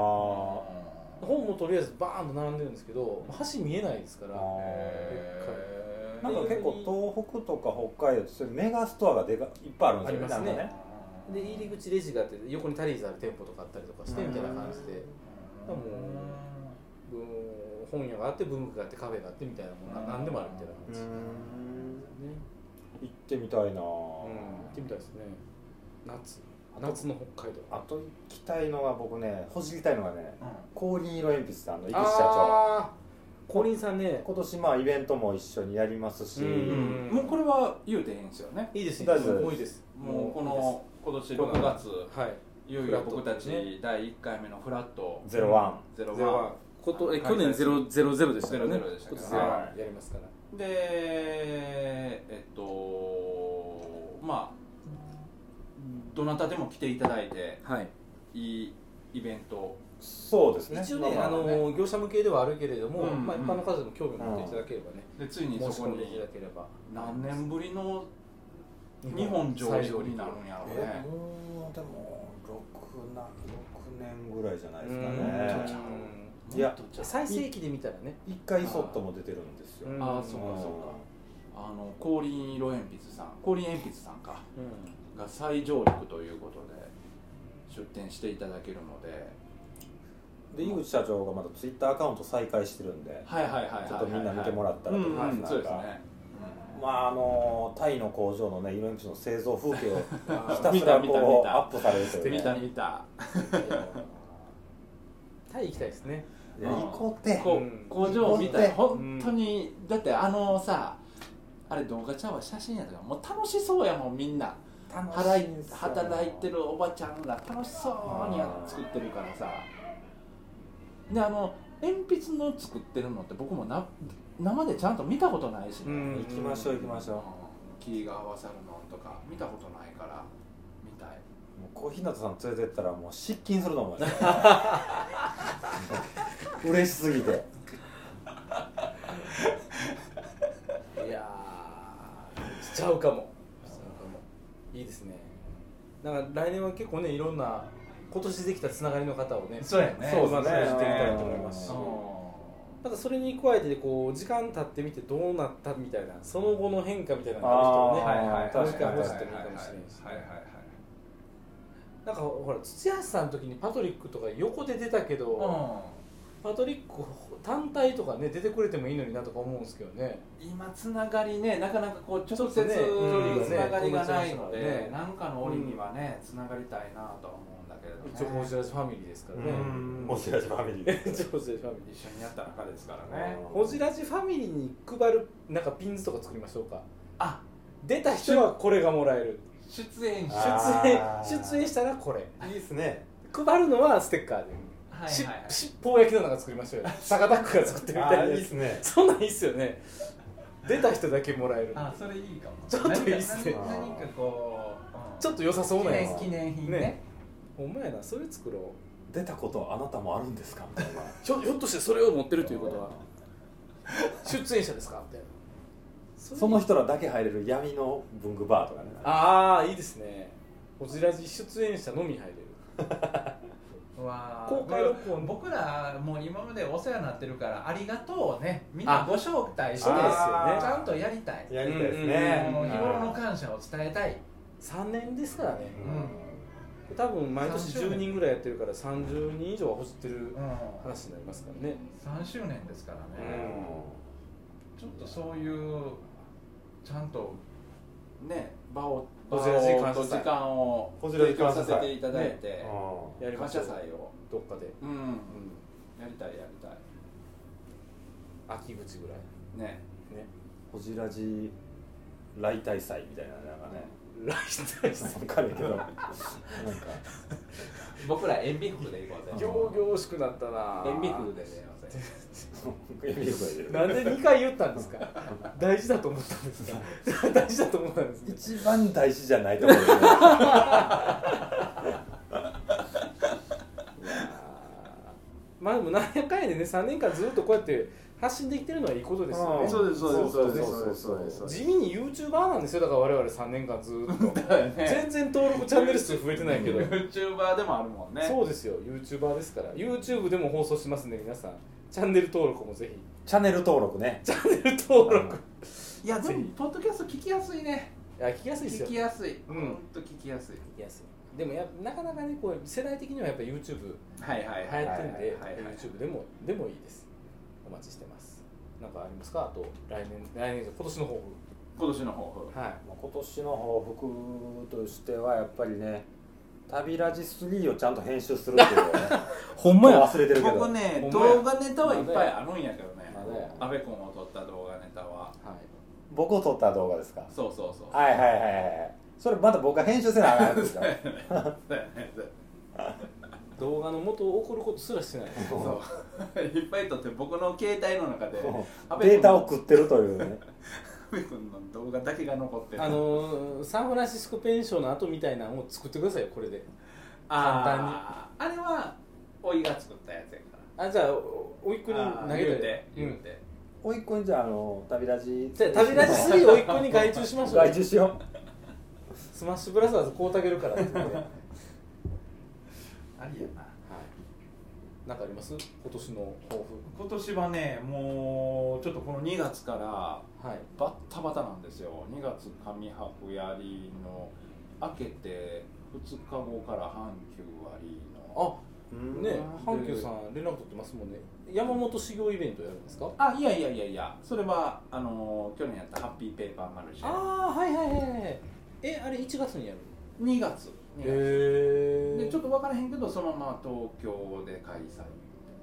S5: ー
S4: 本もとりあえずバーンと並んでるんですけど橋見えないですから
S5: あ
S10: え
S5: ー
S10: ー
S5: なんか結構東北とか北海道ってそういうメガストアがでかいっぱいあるんです
S4: あり
S5: よね
S4: ますね
S5: なんかね
S4: で入り口レジがあって横にタリーズある店舗とかあったりとかしてみたいな感じで
S10: うん
S4: もうん本屋があって文具があってカフェがあってみたいなもんな何でもあるみたいな感
S5: う
S4: じ
S5: ー
S4: ですね、
S5: ん行ってみたい
S4: う
S5: な、
S4: ん、行ってみたいですね夏夏の北海道
S5: あと行きたいのが僕ねほじりたいのがね氷色鉛筆さんの井口社長
S4: あーコリンさんね
S5: 今年まあイベントも一緒にやりますし、
S4: うん
S3: もうこれは言うてへんすよね
S4: いいです
S5: 大丈夫です
S4: もういいです
S3: もうこの今年6月
S4: はい
S3: いよいよ僕たち第1回目のフラット
S5: ゼロワ
S3: ゼロ
S4: ゼロワ
S3: ワ
S4: ンことえ
S3: 開催
S4: 去年ゼロゼロゼロでしたからね。
S3: ゼロゼロでしたから
S4: 今年ゼロワンやりますから。
S3: ンでえっとまあどなたでも来ていただいて
S4: はい。
S3: いいイベント
S5: ンそうですね
S4: 一応ね、
S5: ま
S4: あ
S5: あまあ
S4: の業者向けではあるけれども、
S3: うん
S4: まあ一般の方でも興味を持っていただければね、
S3: でついに
S4: 申し
S3: そこ
S4: 込んでい
S3: に
S4: ただければ。
S3: 何年ぶりの日本上陸になるんやろう
S5: え
S3: ね
S5: もうでも6な6年ぐらいじゃないで
S4: う
S5: すか
S4: ん
S5: ね
S4: うん
S5: いや
S4: 最盛期で見たらね。
S5: 一回イソットも出てるんですよ、
S4: うん
S3: ああそうかそうかあの氷色鉛筆さん氷鉛筆さんか
S4: う
S3: が再上陸ということで出店していただけるので
S5: で井口社長がまたツイッターアカウント再開してるんで、
S3: はいはいはいはいはいはい
S5: ちょっとみんな見てもらったらと思います、
S3: うんうんそうです
S5: なんか
S3: ね、
S5: まああのタイの工場のね色鉛筆の製造風景を
S3: あー
S5: ひたす ら
S3: 見た見
S5: こう
S3: た
S5: アップされるとい
S3: 見
S5: うね
S3: た見た
S4: タイ行きたいですね
S5: いや行こうって
S3: こ
S4: うん
S3: 工場を見た
S5: 行
S3: ら
S5: って
S3: 本当にだってあのさあれ動画ちゃうわ写真やったからもう楽しそうやもんみんな働い働いてるおばちゃんら楽しそうにや作ってるからさであの鉛筆の作ってるのって僕もな生でちゃんと見たことないし、
S5: 行きましょう行きましょう
S3: 木が合わさるのとか見たことないから見たい
S5: もう小日向さん連れてったらもう失禁すると思います 嬉しすぎて
S4: いやーしちゃうかもしちゃうかもいいですねだから来年は結構ねいろんな今年できたつながりの方をね
S10: そうやね
S4: そうですね
S5: そうです
S4: し
S5: ね
S4: ていきたいと思いますし
S3: う
S4: ただそれに加えてこう時間経ってみてどうなったみたいなその後の変化みたいなの
S5: あーはいはい
S4: あ
S5: はい
S4: る人をね楽しく
S5: は
S4: 話
S5: いはい
S4: してもいいかもしれないし
S3: はいはいはい
S4: なんかほら土橋さんの時にパトリックとか横で出たけど、パトリック単体とかね出てくれてもいいのになとか思うんですけどね
S3: 今つながりねなかなかこう
S4: ちょ
S3: 直
S4: っと
S3: 接
S4: ね
S3: つながりがないの
S4: うん
S3: で
S4: ね
S3: 何かの折にはねつながりたいなとは思うんだけれど
S4: 一応ホジ
S3: ね
S4: ラジファミリーですからね
S5: お知らせファミリー
S4: 一応ホジラジファミリー
S3: 一緒にやった中ですからね
S4: ホジラジファミリーに配るなんかピンズとか作りましょうか
S3: あ
S4: 出た人はこれがもらえる
S3: 出演者
S4: 出
S5: あ
S4: 演
S5: ー
S4: 出演したらこれ
S5: いいですね
S4: 配るのはステッカーで
S3: はい
S4: し
S3: はい
S4: しっぽう焼きのなんか作りましょうよサカタックが作ってるみたいな
S5: あーいい
S4: や
S5: で
S4: つ
S5: すね
S4: そんなんいいっすよね出た人だけもらえる
S10: あそれいいかも
S4: ちょっといいっす
S10: 何
S4: ね
S10: か何かこう、うん
S4: ちょっと良さそうなやつ
S10: 記念記念品ね
S4: ねお前らそれ作ろう
S5: 出たことあなたもあるんですかみたいな
S4: ひょひょっとしてそれを持ってるということは出演者ですかみたいな
S5: その人らだけ入れる闇の文具バーとかね
S4: ああいいですねホジラジ出演者のみ入れる
S10: わあ
S4: 公開録音
S10: 僕らもう今までお世話になってるからありがとうをねみんな
S4: あ
S10: ご招待して
S4: そうですよね
S10: ちゃんとやりたい
S5: やりたいです
S10: あ
S5: ね
S10: の日頃の
S5: は
S10: 感謝を伝えたい
S4: 3年ですからね
S5: い
S4: 多分毎年
S10: 30
S4: 10人ぐらいやってるから30人以上はほじってる
S10: うん
S4: 話になりますからね
S10: 3周年ですから
S5: う
S10: ねちょっとそういうちゃんと
S3: ね場を
S4: こちら時間
S3: 場をと時間を
S5: こちら時間
S3: させていただいて
S5: ん
S4: やりま
S3: 感
S4: しょ
S3: 謝
S4: う
S3: 祭を
S4: どっかで
S3: うんやりたいやりたい
S4: 秋口ぐらい
S3: ね
S4: ね
S5: ホジラジ来大祭みたいななんかね
S4: 来大祭
S5: 分かるけどなんか
S3: 僕ら塩ビ服で行こうぜ
S4: 行々しくなったな
S3: 塩ビ服で 出ようぜ
S5: エビフが出る
S4: なんで2回言ったんですか大事だと思ったんですか 大事だと思ったんですね
S5: 一番大事じゃないと思うけどね
S4: まあでも何やかんやでね3年間ずっとこうやって発信できてるのはいいことですよね
S3: そうですそうですそうです
S5: そうですそうですそうです
S4: 地味に YouTuber なんですよだから我々3年間ずっと
S3: ね
S4: 全然登録チャンネル数増えてないけど
S3: YouTuber でもあるもんね
S4: そうですよ YouTuber ですから YouTube でも放送しますんで皆さんチャンネル登録もぜひ
S5: チャンネル登録ね
S4: チャンネル登録
S3: いやで
S4: ぜ
S3: も
S4: ひ
S3: ポッドキャスト聞きやすいね
S4: いや聞きやすいです
S3: 聞
S4: よ
S3: きやすい
S4: うん
S3: ほんと聞きやすい
S4: 聞きやすいでもやなかなかねこう世代的にはやっぱ YouTube
S3: はいはい
S4: 流行ってるんで
S3: はいはいはい
S4: YouTube でもでもいいですお待ちしてますなんかありますかあと来年来年じゃ今年の抱
S3: 今年の抱
S4: 負はい
S5: まあ今年の抱負としてはやっぱりね旅ラジ3をちゃんと編集するっていうのをね
S2: ほんまや
S5: 忘れてるけど
S3: 僕ね
S4: ほんまや
S3: 動画ネタはいっぱいあるんやけどね
S4: まだや
S3: 阿部君を撮った動画ネタは
S4: はい
S5: 僕を撮った動画ですか
S3: そうそうそう
S5: はいはいはいはいそれまた僕が編集せなあかんやつです から
S3: そうやねそう
S4: 動画の元を送ることすらしてない
S3: そう いっぱい撮って僕の携帯の中で阿部君
S5: データを食ってるというね
S3: 阿部君の動画だけが残ってる
S4: あのーサンフランシスコペンションの後みたいなのを作ってくださいよこれで
S3: あーあれはおいが作ったやつやから
S4: あじゃあおおいっ子に投
S3: あー
S4: げ
S3: 言う
S4: て
S3: て
S4: う
S3: 言うんて
S5: おいっ子にじゃああの旅ラジ
S4: じゃあ旅立ち3をおい っ子に外注しましょう
S5: 外注しよ
S4: スマッシュブラザーズこうたげるからって言ってはい
S10: ありやな
S4: なんかあります今年の抱
S3: 今年はねもうちょっとこの2月から
S4: 負はい
S3: バッタバタなんですよ2月上白やりの明けて2日後から阪急割りの
S4: あ
S5: う
S4: ね
S3: うん
S4: 阪急さん連絡取ってますもんね山本修行イベントやるんですか
S3: あいやいやいやいやそれはあの去年やったハッピーペーパーマルシェ
S4: ああはいはいはいはいえあれ1月にやる
S3: 2月2月
S4: へ
S3: でちょっと分からへんけどそのまま東京で開催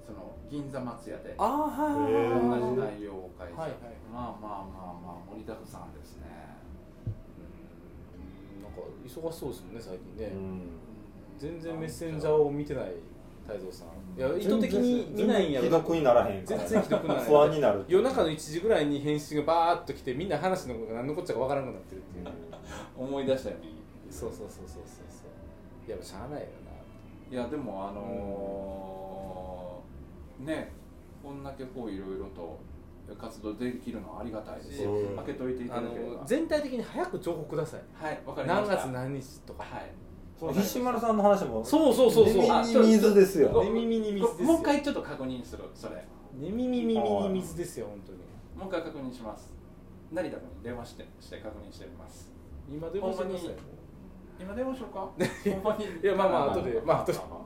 S3: その銀座松屋で
S4: ああはいはい
S3: 同じ
S4: はいはい
S3: 内容を開催、
S4: はいはい
S3: まあまあまあまあ盛りだくさんですね
S4: うんなんか忙しそうですもんね最近ね、全然
S3: うん
S4: メッセンジャーを見てない太蔵さんいや意図的に見ないんやろ
S5: ひどくにならへんから
S4: 全然ひどくない
S5: 不安になる
S4: 夜中の1時ぐらいに返信がバーッと来てみんな話のことが何のこっちゃかわからなくなってるっていう、
S3: 思い出したよね
S4: そうそうそうそうそうそういやっぱしゃあないよ
S3: いやでもあのーねこんだけこういろいろと活動できるのはありがたいですよ
S5: そう
S3: 開けといてい
S4: なあ
S3: ただければ
S4: の全体的に早く情報ください
S3: はいわかりま
S4: 何
S3: した
S4: 月何日とか
S3: はい
S5: 菱丸さんの話も
S4: そうそうそうそう
S5: 耳に水ですよ
S4: 寝耳に水ですよ
S3: もう一回ちょっと確認するそれ
S4: 寝耳に耳に水ですよ本当に
S3: もう一回確認します成田君に電話してして確認してみます
S4: 今でもしてください
S3: ほんま今電話しよう かほんまに
S4: いやまあまあ後でまあ後で
S3: ま
S4: は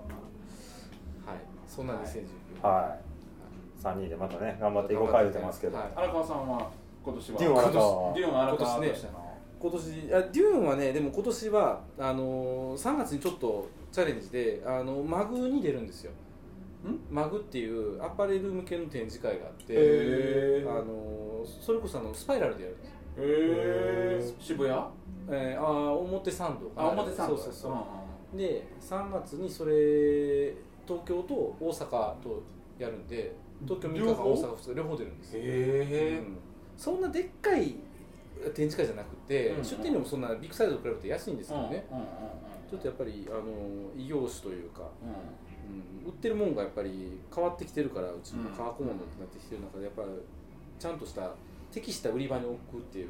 S4: いそんなんです2019
S5: はい3人でまたね頑張っていこうか言ってますけど、
S4: はい
S3: 荒川さんは今年は
S5: デューン荒川
S3: デューン荒川
S4: 今年ね
S3: としての
S4: 今年あデューンはねでも今年はあのー、3月にちょっとチャレンジで、あのマグに出るんですよマグっていうアパレル向けの展示会があって、
S3: へー
S4: あのーそれこそあのスパイラルでやるんですよ、
S3: へえ渋谷あ
S4: えー、あー表参道かな
S3: 表参道
S4: そうそうそ
S3: ん
S4: う、
S3: ん
S4: で3月にそれ東京と大阪とやるんで東京3日間
S3: 両方
S4: 大阪2日両方出るんですよ
S3: へ
S4: うんそんなでっかい展示会じゃなくて、
S3: うん
S4: 出店料もそんなビッグサイズと比べて安いんです
S3: うん
S4: け
S3: うん
S4: ど
S3: うん
S4: ね、ちょっとやっぱりあの異業種というか、
S3: う
S4: うん売ってるもんがやっぱり変わってきてるからうちも
S3: うん
S4: 化学物になってきてる中でやっぱりちゃんとした適した売り場に置くっていう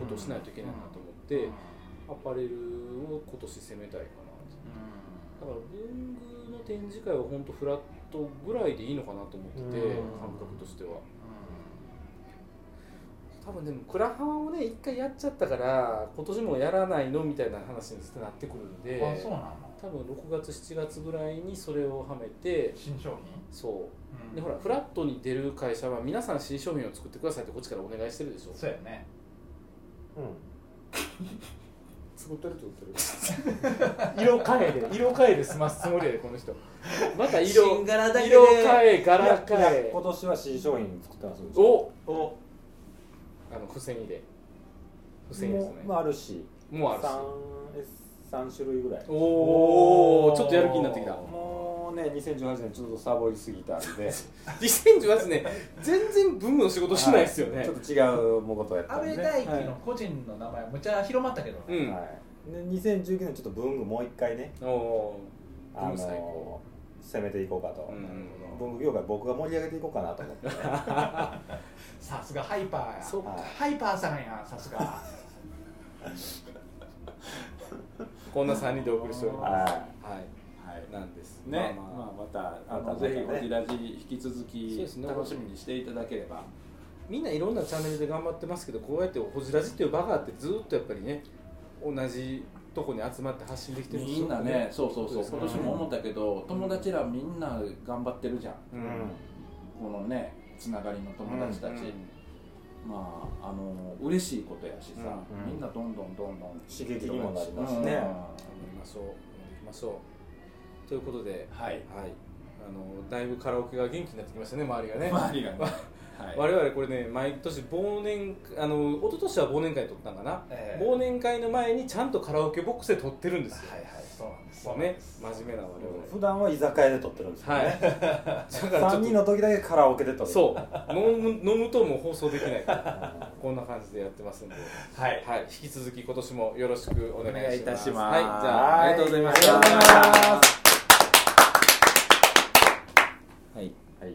S4: ことをしないといけないなと思って、
S3: んうん
S4: アパレルを今年攻めたいかなとだから文具の展示会は本当フラットぐらいでいいのかなと思ってて
S5: うん
S4: 感覚としては多分でもクラハワをね一回やっちゃったから今年もやらないのみたいな話になってくるんで
S3: あそうなの
S4: 多分6月7月ぐらいにそれをはめて
S3: 新商
S4: そう
S3: 品
S4: でほらフラットに出る会社は皆さん新商品を作ってくださいってこっちからお願いしてるでしょ
S3: そうやね
S6: 作ってるって言って
S4: 色変えで色変えで済ますつもりやでこの人また色
S2: 新柄だけで
S4: 色変え柄変
S5: いやいや
S4: え
S5: 今年は新商品作ってますんで
S4: おおあの付箋で付箋です
S5: も
S4: ね
S5: うもあるし
S4: もうあるし
S5: 三3種類ぐらい
S4: おおちょっとやる気になってきた
S5: もうね2018年ちょっとサボりすぎたん で
S4: 2018年全然文具の仕事しないですよ
S5: は
S4: ね
S5: ちょっと違うもことやった
S10: 安
S5: んで
S10: 倍大
S5: ね
S10: 輝の個人の名前むちゃ広まったけどね、
S4: うん、
S5: はい、で2019年ちょっと文具もう一回ね、
S4: おお
S5: あ
S4: 文
S5: の
S4: 具最高
S5: 攻めていこうかと、
S4: うん
S5: 文具業界僕が盛り上げていこうかなと思って、
S10: さすがハイパーや
S4: そう
S5: はい
S10: ハイパーさんやさす が
S4: こんな3人でお送りしております
S5: は
S4: はい、
S3: はい
S4: なんです
S3: ね、
S4: まあまあ
S3: まあ、また、あ
S5: また
S3: の、
S5: ね
S3: ぜひ、こちらじ、引き続
S4: そう
S3: き
S4: です、ね
S3: 楽しみにしていただければ。
S4: みんないろんなチャンネルで頑張ってますけどこうやってホジラジっていうバカってずっとやっぱりね同じとこに集まって発信できてる
S3: みんなね、そうそうそう、
S4: そ
S3: 今
S4: うです
S3: 年
S4: ね
S3: も思ったけど、友達らみんな頑張ってるじゃん。
S4: う
S5: い、
S4: ん、
S3: このね、つながりの友達たち。まあ、あの、嬉しいことやしさ、
S5: うんうん
S3: みんなどんどんどんどん。
S5: 刺激にもなりますし
S3: うん
S5: ね
S4: 頑張りましょう頑張りましょうということで
S3: はい。
S4: はいあのだいぶカラオケが元気になってきましたね周りがね、
S3: 周りがね。はい。
S4: 我々これね毎年忘年あの一昨年は忘年会撮ったんかな、
S10: ええ
S4: 忘年会の前にちゃんとカラオケボックスで撮ってるんですよ、
S10: はいはいそうなんです
S4: ね真面目な我
S5: 普段は居酒屋で撮ってるんですよ
S4: 々はい
S5: ね、
S4: だからちょっと
S5: 3人の時だけカラオケで撮る
S4: そう飲む飲むともう放送できないからこんな感じでやってますんで、
S10: はい
S4: はい、引き続き今年もよろしくお
S3: お
S4: 願いします
S3: 願いいたします
S4: はい、じゃあありがとうございました
S5: ありがとうございます
S2: はい
S5: はい